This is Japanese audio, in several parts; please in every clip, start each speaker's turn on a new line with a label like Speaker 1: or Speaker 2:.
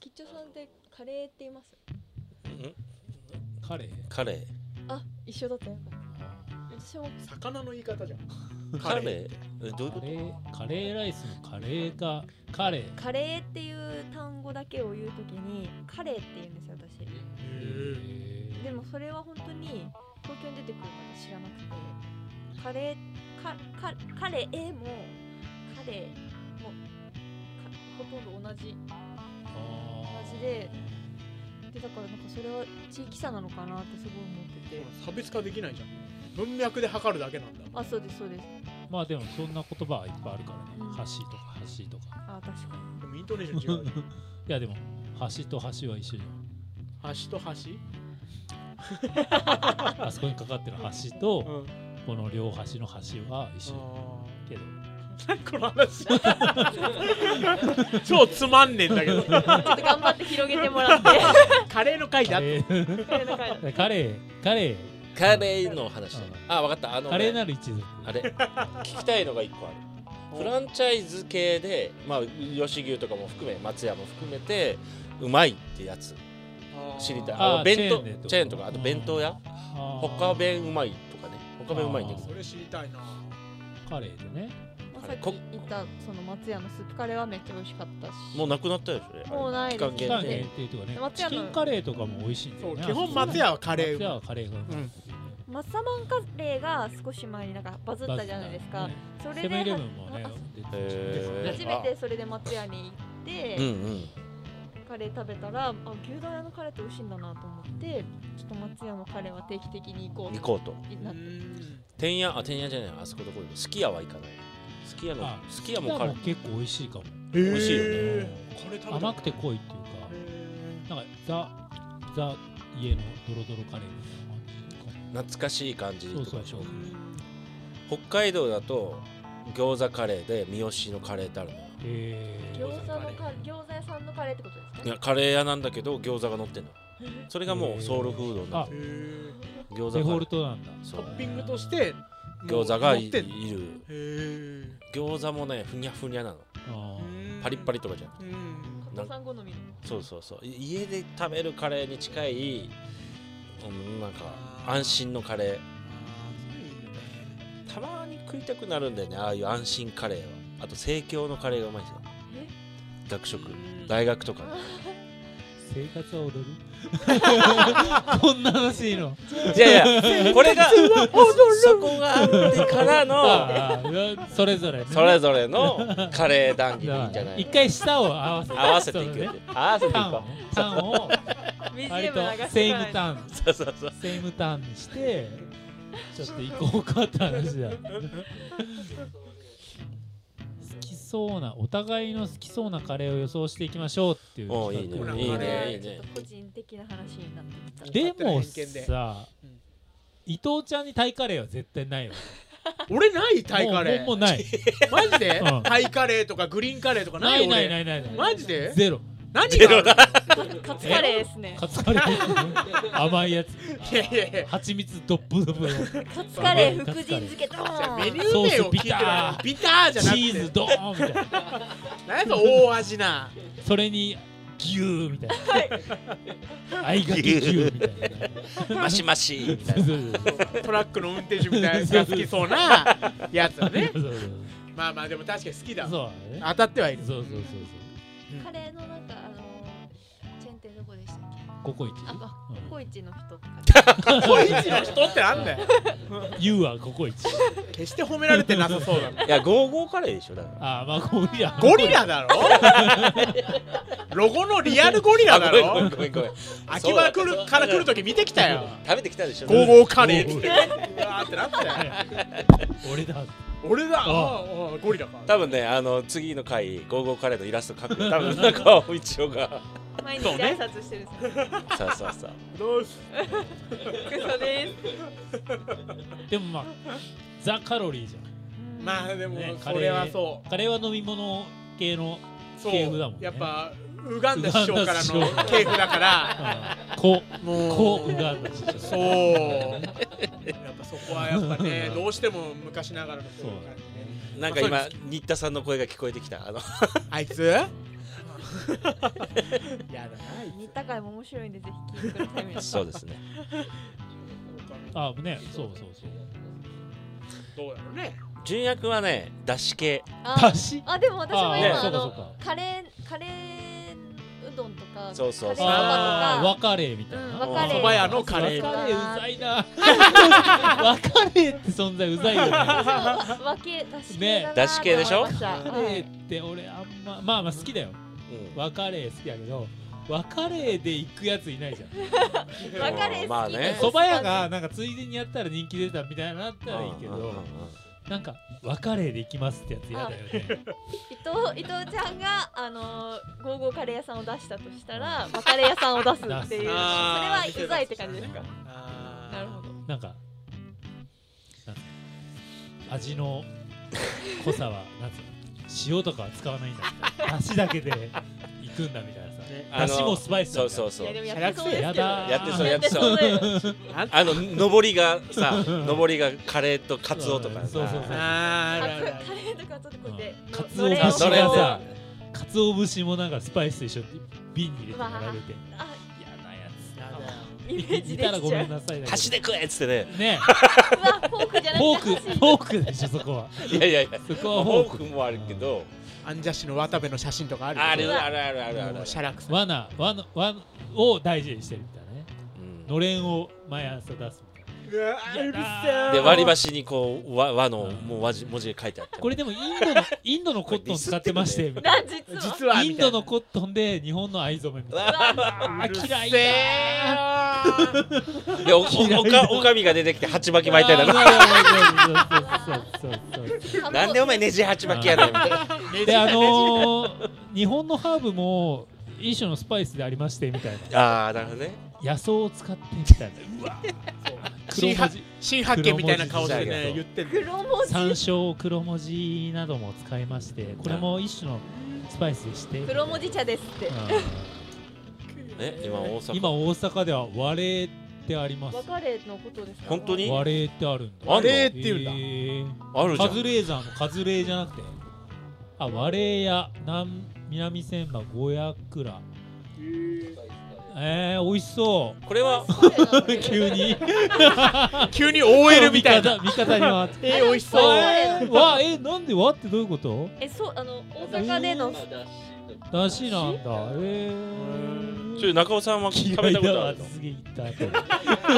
Speaker 1: 吉兆さんってカレーって言います
Speaker 2: カレー
Speaker 3: カレ
Speaker 1: あ一緒だったよかった私も
Speaker 4: 魚の言い方じゃん。
Speaker 3: ーカレーえどういう
Speaker 2: カ
Speaker 3: こ
Speaker 2: レーカレーライスのカレーがカレー
Speaker 1: カレーっていう単語だけを言うときにカレーって言うんですよ私
Speaker 2: へー
Speaker 1: でもそれは本当に東京に出てくるまで知らなくてカレーかかカレーもカレーもかほとんど同じ
Speaker 2: あー
Speaker 1: 同じででだからなんかそれは地域差なのかなってすごい思ってて
Speaker 4: 差別化できないじゃん。文脈で測るだけなんだ。
Speaker 1: あそうですそうです
Speaker 2: まあでもそんな言葉はいっぱいあるから
Speaker 1: うん
Speaker 2: ね橋とか橋とか
Speaker 1: あ確かに
Speaker 4: でもイントネーション違うじゃん。
Speaker 2: いやでも橋と橋は一緒じ
Speaker 4: 橋
Speaker 2: ゃ
Speaker 4: と
Speaker 2: んあそこにかかってる橋と
Speaker 4: 橋？うん。
Speaker 2: この両端の端は一緒
Speaker 4: あー
Speaker 2: けど
Speaker 4: 何この話超つまんねえんだけど
Speaker 1: ちょっと頑張って広げてもらって
Speaker 4: カレーの回だ
Speaker 2: カ
Speaker 4: っ
Speaker 2: レー
Speaker 1: カレーの回だ
Speaker 2: カレーカレー
Speaker 3: とカレーの話だ
Speaker 2: うん
Speaker 3: あ分かったあのね、
Speaker 2: カレーなる一族
Speaker 3: あれ聞きたいのが一個あるフランチャイズ系でまあ吉牛とかも含め松屋も含めてうまいってやつ知りたい
Speaker 2: あ
Speaker 3: あ
Speaker 2: ー
Speaker 3: の弁当
Speaker 2: チェーンでってこと
Speaker 3: チェーンとかあと弁当屋
Speaker 2: あー
Speaker 3: 他弁うまいとかね他弁うまいんだけ
Speaker 4: それ知りたいな
Speaker 2: カレーでね
Speaker 1: まあさっき言ったその松屋のスープカレーはめっちゃ美味しかったし
Speaker 3: どもうなくなったでしょ
Speaker 1: もうないです
Speaker 3: 期
Speaker 2: 期
Speaker 3: 間
Speaker 2: 間
Speaker 3: 限定
Speaker 2: 限定とかね
Speaker 1: 松
Speaker 2: チ
Speaker 1: 屋の
Speaker 2: キンカレーとかも美味しいんだ
Speaker 4: そ
Speaker 2: よ
Speaker 4: う
Speaker 2: ね
Speaker 4: 基本松屋はカレ
Speaker 2: 松屋
Speaker 4: ー
Speaker 2: はカレーが
Speaker 4: うん
Speaker 1: マッサマンカレーが少し前になんかバズったじゃないですか、
Speaker 2: ね
Speaker 1: それ
Speaker 2: セブンイ
Speaker 1: で
Speaker 2: レブンもね
Speaker 1: あ
Speaker 2: 出てましたね
Speaker 3: へー
Speaker 1: 初めてそれで松屋に行って、
Speaker 3: うんうん
Speaker 1: カレー食べたらあ牛丼屋のカレーって美味しいんだなと思ってちょっと松屋のカレーは定期的に行こう
Speaker 3: 行
Speaker 1: と
Speaker 3: こうと
Speaker 1: な
Speaker 4: う
Speaker 1: って
Speaker 4: ん
Speaker 3: てんやあてんやじゃないあそこどこですき家は行かないすき家の
Speaker 2: あ
Speaker 3: すき家もカレー
Speaker 2: 結構美味しいかも
Speaker 4: 美
Speaker 3: 味しいよね
Speaker 4: カレー食べた
Speaker 2: 甘くて
Speaker 4: い
Speaker 2: 濃いっていうかなんかザザ家のドロドロカレーみたいな感じかも
Speaker 3: 懐かしい感じとかでしょ
Speaker 2: そうそう
Speaker 3: 北海道だと餃子カレーで三好のカレーってあるのよ
Speaker 2: へ
Speaker 1: 餃
Speaker 2: ー
Speaker 1: 子のカ餃子屋さんのカレーってことですか
Speaker 3: いやカレー屋なんだけど餃子が乗ってんのそれがもうソウルフードになってる餃
Speaker 2: デ
Speaker 3: 子
Speaker 2: フ
Speaker 3: カ
Speaker 2: ォ
Speaker 3: レ
Speaker 2: ル
Speaker 3: ー
Speaker 2: トなんだ
Speaker 3: そ
Speaker 4: ト
Speaker 3: う
Speaker 4: ッピングとして
Speaker 3: 餃子がいい
Speaker 4: 乗ってんのへ
Speaker 3: る
Speaker 4: え
Speaker 3: 餃子もねふにゃふにゃなの
Speaker 2: あ
Speaker 3: パリッパ
Speaker 4: リ
Speaker 3: リとかじゃなくて
Speaker 4: うん
Speaker 1: 加藤さん好みの
Speaker 3: そうそうそうい家で食べるカレーに近い、うん、なんか安心のカレ
Speaker 4: あーそういうね
Speaker 3: ーたまに食いたくなるんだよねああいう安心カレーはあと生協のカレーがうまいですよ
Speaker 1: え
Speaker 3: 学食
Speaker 4: うん
Speaker 3: 大学とか
Speaker 2: ー生活は踊 るこんな話いいの
Speaker 3: いやい やこれがそこがあってからの
Speaker 2: あーそれぞれ
Speaker 3: それぞれのカレー談義でいいんじゃ
Speaker 2: だ
Speaker 3: な
Speaker 2: 一
Speaker 3: い
Speaker 2: 回舌を合わせて
Speaker 3: 合わせていくって
Speaker 2: そのね
Speaker 3: 合わせてい
Speaker 2: ターンを
Speaker 3: こ
Speaker 2: ねターンを割
Speaker 1: BGM
Speaker 2: と
Speaker 1: 流
Speaker 2: セ
Speaker 1: し
Speaker 2: イム
Speaker 1: ない
Speaker 2: ターン
Speaker 3: うそうそうそう
Speaker 2: セイムターンに してちょっと行こうかって話だ好きそうなお互いの好きそうなカレーを予想していきましょうっていう
Speaker 3: おー
Speaker 2: 企画
Speaker 4: いいねいい
Speaker 3: ねいいね
Speaker 1: ちょっと個人的な話になってきた
Speaker 2: でも
Speaker 4: 勝手な偏見で
Speaker 2: さ
Speaker 4: うん
Speaker 2: 伊藤ちゃんにタイカレーは絶対ないわ
Speaker 4: 俺ない タイカレ
Speaker 2: もうもうも
Speaker 4: ー
Speaker 2: う ない
Speaker 4: マジで
Speaker 2: うん
Speaker 4: タイカレーとかグリーンカレーとかな
Speaker 2: ないい
Speaker 4: 俺
Speaker 2: ないないないない
Speaker 4: マジで
Speaker 2: ゼロ
Speaker 4: 何がある
Speaker 1: カツカレーですね
Speaker 2: カツカレー甘いやつ
Speaker 4: いやいやいや
Speaker 2: 蜂蜜ドップドップの
Speaker 1: カツカレー福神漬けドーン
Speaker 4: メニュー名を聞いてる
Speaker 2: ソース
Speaker 4: ビターじゃなく
Speaker 2: チ
Speaker 4: て
Speaker 2: ーズドーンみたいな
Speaker 4: 何やその大味な
Speaker 2: それに牛みたいな相掛け牛みたいな
Speaker 3: マシマシみたい
Speaker 2: そう
Speaker 3: な
Speaker 2: そうそう
Speaker 4: トラックの運転手みたいなやつが好きそうなやつだね
Speaker 2: そうそうそう
Speaker 4: まあまあでも確かに好きだ
Speaker 2: そうだね
Speaker 4: 当たってはいる
Speaker 2: そうそうそう
Speaker 1: カレーのなんかあのチェーン店どこでしたっけ
Speaker 2: そうココイチ
Speaker 1: あまあ
Speaker 2: うん
Speaker 1: ココイチの人とか
Speaker 4: コイチの人ってなんだよ
Speaker 2: You はココイチ
Speaker 4: 決して褒められてなさそうだない
Speaker 3: やゴーゴーカレーでしょだか
Speaker 2: あまあゴリラ
Speaker 4: ゴリ ラだろロゴのリアルゴリラ
Speaker 3: ら
Speaker 4: だ
Speaker 3: あごめんごめん
Speaker 4: ろ
Speaker 3: ごめんごめん
Speaker 4: 秋葉来るから来るとき見てきたよ
Speaker 3: 食べてきたでしょ
Speaker 4: ゴーゴーカレーっつって
Speaker 2: ゴ
Speaker 4: うわーってなってたよ
Speaker 2: 俺だ
Speaker 4: 俺だ
Speaker 2: あ
Speaker 4: ああゴリラか
Speaker 3: 多分ねあの次の回ゴーゴーカレーのイラスト描くよ 多分中尾一郎が
Speaker 1: 毎日
Speaker 4: そう
Speaker 1: 挨
Speaker 4: ね
Speaker 1: 拶してるんですよ
Speaker 3: さあさあさあ
Speaker 4: どうす
Speaker 1: 嘘です
Speaker 2: でもまあザカロリーじゃん
Speaker 4: まあでも
Speaker 2: ね
Speaker 4: それはそ
Speaker 2: カレーは飲み物系の
Speaker 4: う
Speaker 2: カレー系譜だもん
Speaker 4: そう
Speaker 2: ね
Speaker 4: やっぱウガンダ師匠からの
Speaker 2: ウガンダ師匠
Speaker 4: 系譜だから
Speaker 2: あここ
Speaker 4: もう
Speaker 2: があるでしょ
Speaker 4: そうやっぱそこはやっぱねどうしても昔ながらのそういう感じね
Speaker 3: なんか今新田さんの声が聞こえてきたあの
Speaker 4: あいつやだな
Speaker 1: 新高いも面白いんでぜひ聞いてください皆さ
Speaker 3: そうですね
Speaker 2: あねそうそうそう
Speaker 4: どうやろうね
Speaker 3: 純薬はねだし系
Speaker 1: ん
Speaker 2: だ
Speaker 1: あ
Speaker 2: し
Speaker 1: あでも私も
Speaker 2: あ
Speaker 1: 今、
Speaker 3: ね
Speaker 2: そ
Speaker 1: あ
Speaker 2: うか
Speaker 1: の
Speaker 2: そうか
Speaker 1: カレーカレーうどんとか
Speaker 3: そうそう
Speaker 1: カ
Speaker 3: そ
Speaker 1: レ
Speaker 3: う
Speaker 1: ー
Speaker 2: あ
Speaker 1: そ
Speaker 2: ー
Speaker 1: ば
Speaker 2: わカレーみたい
Speaker 1: うん
Speaker 2: な
Speaker 1: わ
Speaker 3: カレー
Speaker 2: そ
Speaker 3: 蕎
Speaker 2: ば
Speaker 3: 麦
Speaker 2: 屋
Speaker 3: 屋
Speaker 2: の
Speaker 3: の
Speaker 2: カ
Speaker 3: カ
Speaker 2: レ
Speaker 3: レ
Speaker 2: ー
Speaker 3: ー
Speaker 2: わか れうざいなわかれって存在うざいよね
Speaker 1: とかわわけ出し系だな
Speaker 3: ね出し系でしょ
Speaker 1: と思いまた
Speaker 2: わかれって俺あんままあまあ好きだよ
Speaker 3: うん
Speaker 2: わかれ好きだけどわかれで行くやついないじゃん
Speaker 1: わかれ
Speaker 3: ま
Speaker 1: 好
Speaker 3: あ
Speaker 1: き
Speaker 3: ね
Speaker 2: 蕎麦屋がなんかついでにやったら人気出たみたいなのあったらいいけ
Speaker 3: うんうんう
Speaker 2: ど
Speaker 3: んうん
Speaker 2: なんかわかれで行きますってやつ嫌だよね
Speaker 1: 伊藤伊藤ちゃんがあのーゴーゴーカレー屋さんを出したとしたらバカレー屋さんを出すっていうそれは
Speaker 4: あー
Speaker 1: うざいって感じですか
Speaker 4: あー
Speaker 1: なるほど
Speaker 2: なんかなんか味の濃さ はなんつうの塩とかは使わないんだみたいな出汁だけで行くんだみたいなさ
Speaker 4: ね
Speaker 3: あの
Speaker 2: 出汁もスパイス
Speaker 3: そうそううそう
Speaker 1: いやでもやってそうです
Speaker 2: や
Speaker 1: けど
Speaker 2: だー
Speaker 3: やってそう
Speaker 1: やっ
Speaker 3: やってて
Speaker 1: そ
Speaker 3: そうう
Speaker 1: で
Speaker 4: あん
Speaker 3: あの上りが さ上りがカレーとカツオとか
Speaker 2: そうそうそう
Speaker 4: あーあ
Speaker 1: カ
Speaker 4: るあるあ
Speaker 1: ツカレーとかちょっとこうやって
Speaker 2: うんカツ
Speaker 1: の
Speaker 2: オ
Speaker 1: れんを
Speaker 2: 節が
Speaker 3: のれんを
Speaker 2: さかつお節もなんかスパイスと一緒に瓶に入れて
Speaker 1: うわ
Speaker 2: 並べて
Speaker 1: あ
Speaker 2: 嫌なや
Speaker 4: るやだよ
Speaker 1: イメー
Speaker 2: つ
Speaker 1: ジ
Speaker 2: 見
Speaker 1: で
Speaker 2: たら
Speaker 1: き
Speaker 2: ご
Speaker 1: ちゃ
Speaker 2: め
Speaker 1: うん
Speaker 2: なさいだ
Speaker 3: 箸
Speaker 2: け
Speaker 3: で食えっつってね
Speaker 2: どね
Speaker 1: うわフォークじゃなくて
Speaker 2: フォークフォークでしょそこはい
Speaker 3: やいやいや
Speaker 2: そこはフ
Speaker 3: フォ
Speaker 2: ォー
Speaker 3: ー
Speaker 2: ク
Speaker 3: クもあるけど
Speaker 4: アンジャッシュの渡部の写真とかあるよ
Speaker 3: あるあるあるあるある
Speaker 4: もうシャラクさん
Speaker 2: 罠罠罠を大事にしてるみたいなね
Speaker 3: うん
Speaker 2: のれんを毎朝出すみたいな
Speaker 4: うわ
Speaker 2: ーうるせー
Speaker 3: で割り
Speaker 4: ば
Speaker 3: 箸にこう和和のもう和字文字が書いてあって
Speaker 2: これでもインドのインドのコットン使ってましてみた
Speaker 1: ない実は
Speaker 4: 実は
Speaker 2: なインドの
Speaker 4: み
Speaker 2: コットンで日本の藍染めみたいな
Speaker 1: うわ
Speaker 4: たい
Speaker 2: あ
Speaker 4: なうるせー
Speaker 2: 嫌いだ
Speaker 3: でおおおかおかみが出てきて鉢巻き巻いたいだな
Speaker 2: なそうそうそうそうそうそう
Speaker 1: あの
Speaker 3: なんでお前ネジ鉢巻きやねんみたいな
Speaker 2: であのー、日本のハーブも一種のスパイスでありましてみたいな
Speaker 3: ああなるほどね
Speaker 2: 野草を使ってみたいな 黒
Speaker 4: 新
Speaker 2: 文
Speaker 4: 発
Speaker 2: 字
Speaker 4: 新発見みたいな顔して
Speaker 3: 黒文字
Speaker 4: ね
Speaker 3: 時代
Speaker 4: 言ってる
Speaker 1: 黒文字
Speaker 2: 山椒黒文字なども使いましてこれも一種のスパイスでして
Speaker 1: 黒文字茶ですって
Speaker 3: ね今大
Speaker 2: うん
Speaker 3: 阪
Speaker 2: 今大阪では割れってあります
Speaker 1: 別れのことですか
Speaker 3: 本当に
Speaker 2: 割れってあるんだ
Speaker 3: あんの
Speaker 4: レーって言うんだ、
Speaker 2: だ
Speaker 3: あるじゃ
Speaker 2: カズ
Speaker 3: ん
Speaker 2: レーザーのカズレーじゃなくてあ割れや南南千葉五百倉えー、美味しそう
Speaker 3: これは
Speaker 2: 急に
Speaker 4: 急に OL みたいな
Speaker 2: 味方味方に回って
Speaker 4: えー美味しそう
Speaker 2: えー、わえなんでわってどういうこと
Speaker 1: えそうあの大阪での
Speaker 2: らしいなんだえ
Speaker 3: ちょ
Speaker 2: ー
Speaker 3: 中尾さんは食べたことあるの
Speaker 2: すげえった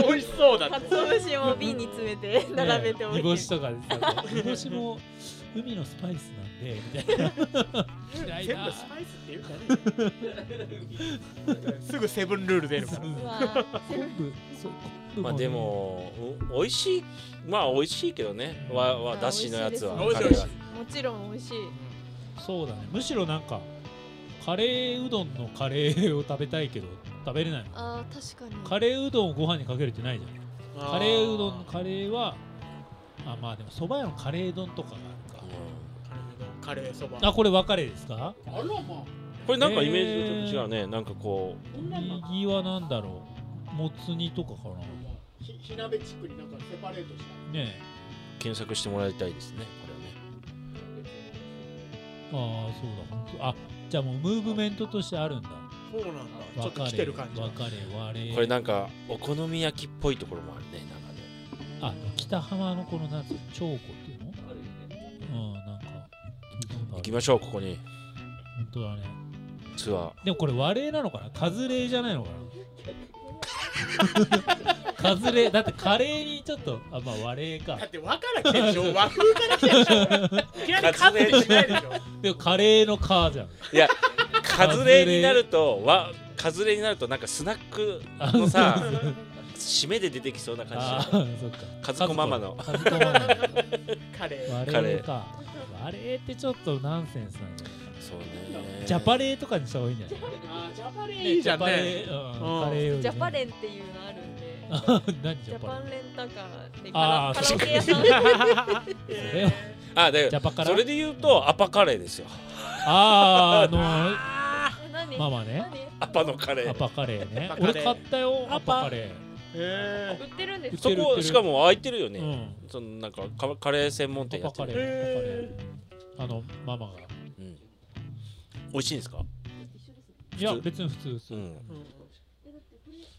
Speaker 2: 後
Speaker 4: 美味しそうだ
Speaker 1: か
Speaker 4: って
Speaker 1: つお節を瓶に詰めて並べておい
Speaker 2: 煮
Speaker 1: て
Speaker 2: 干しとかでさ煮干しも海のスパイスなんでみたいな嫌い
Speaker 4: 全
Speaker 2: だ
Speaker 4: 部スパイスって言うじゃねえすぐセブンルール出るから
Speaker 1: うわ
Speaker 2: 昆布そう昆布ね
Speaker 3: まあでもう美味しいまあ美味しいけどね和和だしのやつは
Speaker 4: 美味しい
Speaker 3: カレ
Speaker 4: 美
Speaker 3: ー
Speaker 4: 味し
Speaker 3: はい
Speaker 1: もちろん美味しい
Speaker 2: そうだねむしろなんかカレーうどんのカレーを食べたいけど食べれないの
Speaker 1: あー確かに
Speaker 2: カレーうどんをご飯にかけるってないじゃん カレーうどんのカレーはあまあでも蕎麦屋のカレー丼とかがある
Speaker 4: カレーうどんカレーそば
Speaker 2: かあこれ分かれですか
Speaker 3: これなんかイメージと違うねなんかこう
Speaker 2: 右はなんだろうもつ煮とかかな
Speaker 5: ひ火鍋地区になんかセパレートした
Speaker 2: ね
Speaker 3: 検索してもらいたいですねこれはね
Speaker 2: えああそうだ本当あじゃあもうムーブメントとしてあるんだ
Speaker 4: そうなんだちょ
Speaker 2: 分
Speaker 4: っと
Speaker 2: か
Speaker 4: 来て
Speaker 2: れ
Speaker 4: る
Speaker 2: 分か
Speaker 4: 感じ
Speaker 2: れ割れ
Speaker 3: これなんかお好み焼きっぽいところもあるねなんかね
Speaker 2: あ北浜のこのなんつうの長子っていうのうんなんか聞いたことあ
Speaker 3: 行
Speaker 2: る
Speaker 3: きましょうここに
Speaker 2: 本当だね
Speaker 3: ツア
Speaker 2: でもこれ和礼なのかなカズレーじゃないのか なカズレーだってカレーにちょっとあまあ和礼か
Speaker 4: だって和から来てるでしょ和風から来てるでしょいきなりカツにしないでしょ
Speaker 2: でもカレーのカーじゃん
Speaker 3: ーいやカズレーになるとわカズレーになるとなんかスナックのさ締めで出てきそうな感じ
Speaker 2: ああ
Speaker 3: しない
Speaker 2: ーそっか
Speaker 3: カズコママの
Speaker 2: カズコママの
Speaker 4: カレー
Speaker 2: 和礼か和礼ってちょっとナンセンスなんじゃないか
Speaker 3: そうね
Speaker 2: なジャパレーとかにした方がいいんじゃない
Speaker 4: あージャパレーいいじゃんね
Speaker 2: ジャパレー
Speaker 4: う
Speaker 2: うんんカレーよりね
Speaker 1: ジャパレンっていうのあるんで
Speaker 2: 何ジ
Speaker 1: ジャ
Speaker 2: ャ
Speaker 1: パ
Speaker 2: パ
Speaker 1: ン
Speaker 2: レ
Speaker 1: レンタカーってカラ
Speaker 2: あー
Speaker 1: カラオケ屋
Speaker 2: 確
Speaker 1: さん
Speaker 2: ーそれは
Speaker 3: あだ
Speaker 2: ジャパか
Speaker 3: かららそれで言うとアパカレーですよ
Speaker 2: あーあ
Speaker 1: 何
Speaker 2: のママね
Speaker 1: 何
Speaker 3: アパのカレ
Speaker 2: ア
Speaker 3: ー
Speaker 2: パカレーね
Speaker 4: アパカレー
Speaker 2: 俺買ったよアパカレ
Speaker 4: え
Speaker 1: 売ってるんですか
Speaker 3: そ
Speaker 2: 売ってる売って
Speaker 3: こ
Speaker 2: る
Speaker 3: しかも空いてるよ
Speaker 2: ー
Speaker 3: ね、
Speaker 2: うん
Speaker 3: そのなんかカカレー専門
Speaker 2: ア
Speaker 3: 店や
Speaker 2: パ
Speaker 3: って
Speaker 2: カレ
Speaker 3: る、
Speaker 2: ーアパカレーあのママが
Speaker 3: うん、美味しいんですか
Speaker 1: 一緒
Speaker 2: い
Speaker 3: 普
Speaker 2: や
Speaker 3: 通
Speaker 2: 別に普通普通、
Speaker 3: うん
Speaker 4: うんい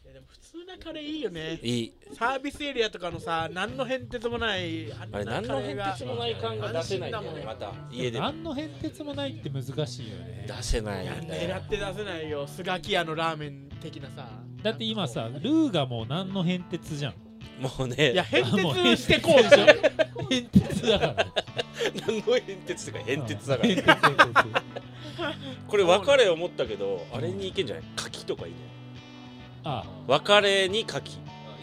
Speaker 4: やでも普通なカレーいいよね
Speaker 3: いい
Speaker 4: サービスエリアとかのさ何の変哲もないあん
Speaker 3: あれ
Speaker 4: な
Speaker 3: 何
Speaker 4: カ
Speaker 3: の
Speaker 4: レー
Speaker 3: 変
Speaker 4: が
Speaker 3: 哲もない感が出せないんだよねまた家でも
Speaker 2: 何の変哲もないって難しいよね
Speaker 3: 出せないんだ
Speaker 4: 狙
Speaker 3: よ
Speaker 4: って出せないよスガキ屋のラーメン的なさ
Speaker 2: だって今さルーがもう何の変哲じゃん
Speaker 3: もう
Speaker 4: いや
Speaker 3: ね
Speaker 4: 変
Speaker 2: もう
Speaker 4: 哲してこうでしょ
Speaker 2: 変哲だ からね
Speaker 3: 何の変哲とか変哲だから
Speaker 2: 変哲変哲
Speaker 3: これ別れ思ったけどあれにいけんじゃない柿とかいいね
Speaker 2: あ
Speaker 3: 別れに柿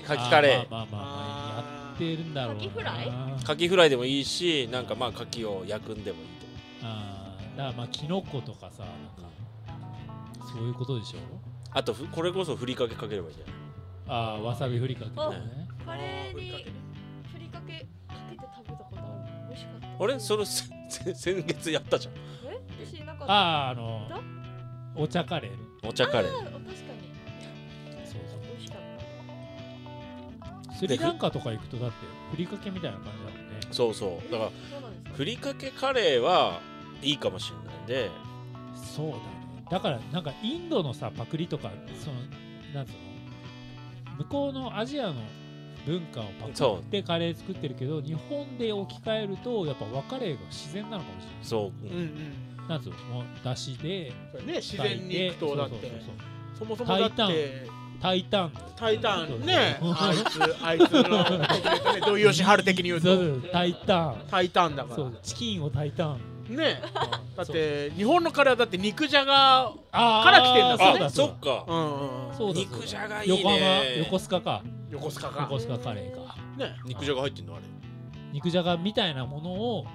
Speaker 3: 柿カレー
Speaker 2: あまあまあまあまあやってるんだろうな
Speaker 1: カキフライ
Speaker 2: あ
Speaker 3: 柿フライでもいいしなんかまあ柿を焼くんでもいいと
Speaker 2: あだからまあキノコとかさなんかそういうことでしょ
Speaker 3: あとふこれこそふりかけかければいいんじゃない
Speaker 2: ああわさびふりかけとかね
Speaker 1: カレーにふりかけかけて食べたことある美味しかった
Speaker 3: あれそれ せせ先月やったじゃん
Speaker 1: え私なかったあ
Speaker 2: あああのお茶カレーね
Speaker 3: お茶カレー
Speaker 1: 確かに
Speaker 2: そうそう
Speaker 1: 美味しかった
Speaker 2: スリランカとか行くとだってふりかけみたいな感じだもんね
Speaker 3: そうそうだから
Speaker 1: そうなんですか
Speaker 3: ふりかけカレーはいいかもしれないんで
Speaker 2: そうだねだからなんかインドのさパクリとかそのなんつうの向こうのアジアの文化をパ
Speaker 3: そ
Speaker 2: クってカレー作ってるけど日本で置き換えるとやっぱ和カレーが自然なのかもしれない
Speaker 3: そう
Speaker 4: うんうん
Speaker 2: なんつうのもうだしで
Speaker 4: それね自然に行くとだっ
Speaker 2: そうそう
Speaker 4: て
Speaker 2: そうそう
Speaker 4: そもそもだって
Speaker 2: 炊いたん
Speaker 4: タイタンね
Speaker 2: そう
Speaker 4: あいつあいつのね土井善晴的に言う
Speaker 2: そう
Speaker 4: と
Speaker 2: そう炊いたん
Speaker 4: タイタンだか
Speaker 2: そうチキンを炊いたん
Speaker 4: らねだっ
Speaker 2: そう
Speaker 4: て日本のカレーはだって肉じゃが
Speaker 2: あー
Speaker 4: から来てんだ
Speaker 2: そ
Speaker 4: も
Speaker 2: うだ
Speaker 3: あそっ
Speaker 2: か
Speaker 3: か
Speaker 4: うんうんうん
Speaker 2: そうだ
Speaker 3: 肉じゃがいいね
Speaker 2: 横浜横須賀か
Speaker 4: 横須賀か
Speaker 2: 横須賀カレーか
Speaker 4: ね
Speaker 3: 肉じゃが入ってんのあれ
Speaker 2: 肉じゃがみたいなものを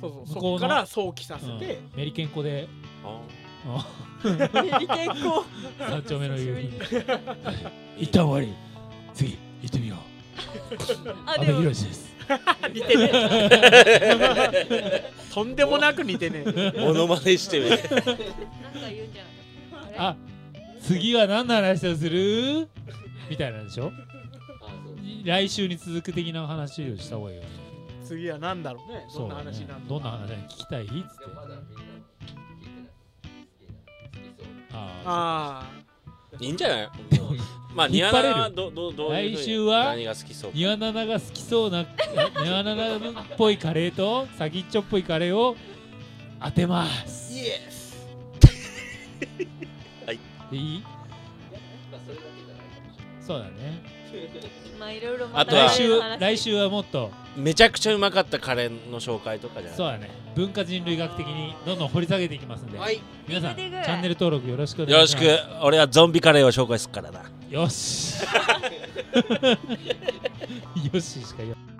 Speaker 4: そうそう
Speaker 2: 向
Speaker 4: そ
Speaker 2: こうの
Speaker 4: こから想起させ
Speaker 2: うん
Speaker 4: て
Speaker 2: メリケンコで
Speaker 3: あ
Speaker 1: リケンコ
Speaker 2: 三丁目 の夕日
Speaker 3: ー
Speaker 2: 一旦終わり次行ってみよう
Speaker 1: あ
Speaker 2: 阿
Speaker 1: でも
Speaker 2: 部寛です
Speaker 4: 似 てねえとんでもなく似てねえ
Speaker 3: モノマネ してる
Speaker 1: なんか言うんじゃなかったあ
Speaker 2: あ次は何の話をするみたいなんでしょ来週に続く的な話をした方がいいよね
Speaker 4: 次は何だろうねど
Speaker 2: そう
Speaker 4: んな
Speaker 2: だね
Speaker 4: 話なんだ
Speaker 2: どんな話聞きたいっつってあ
Speaker 4: あ
Speaker 3: いいんじゃない
Speaker 2: も
Speaker 3: まあニ
Speaker 2: 引っ
Speaker 3: ア
Speaker 2: 張れ
Speaker 3: ナ
Speaker 2: る
Speaker 3: はどどどういうふうに
Speaker 2: 来週は
Speaker 3: 何が好きそう
Speaker 2: あニワナナが好きそうな ニワナナっぽいカレーとサギッチョっぽいカレーを当てます
Speaker 4: あイエス
Speaker 2: でいいそうだね
Speaker 1: まあいろいろま
Speaker 3: あ
Speaker 1: た
Speaker 3: とは
Speaker 2: 来
Speaker 1: カレー
Speaker 2: 週
Speaker 1: の話
Speaker 2: 来週はもっと
Speaker 3: めちゃくちゃうまかったカレーの紹介とかじゃない
Speaker 2: そうだね文化人類学的にどんどん掘り下げていきますんで、
Speaker 4: はい
Speaker 2: 皆さんチ
Speaker 1: 見てくれ
Speaker 2: ャンネル登録よろしくお
Speaker 3: よ
Speaker 2: 願
Speaker 3: ろ
Speaker 2: いし
Speaker 3: し
Speaker 2: ます
Speaker 3: く俺はゾンビカレーを紹介するからな
Speaker 2: よしよししか言わ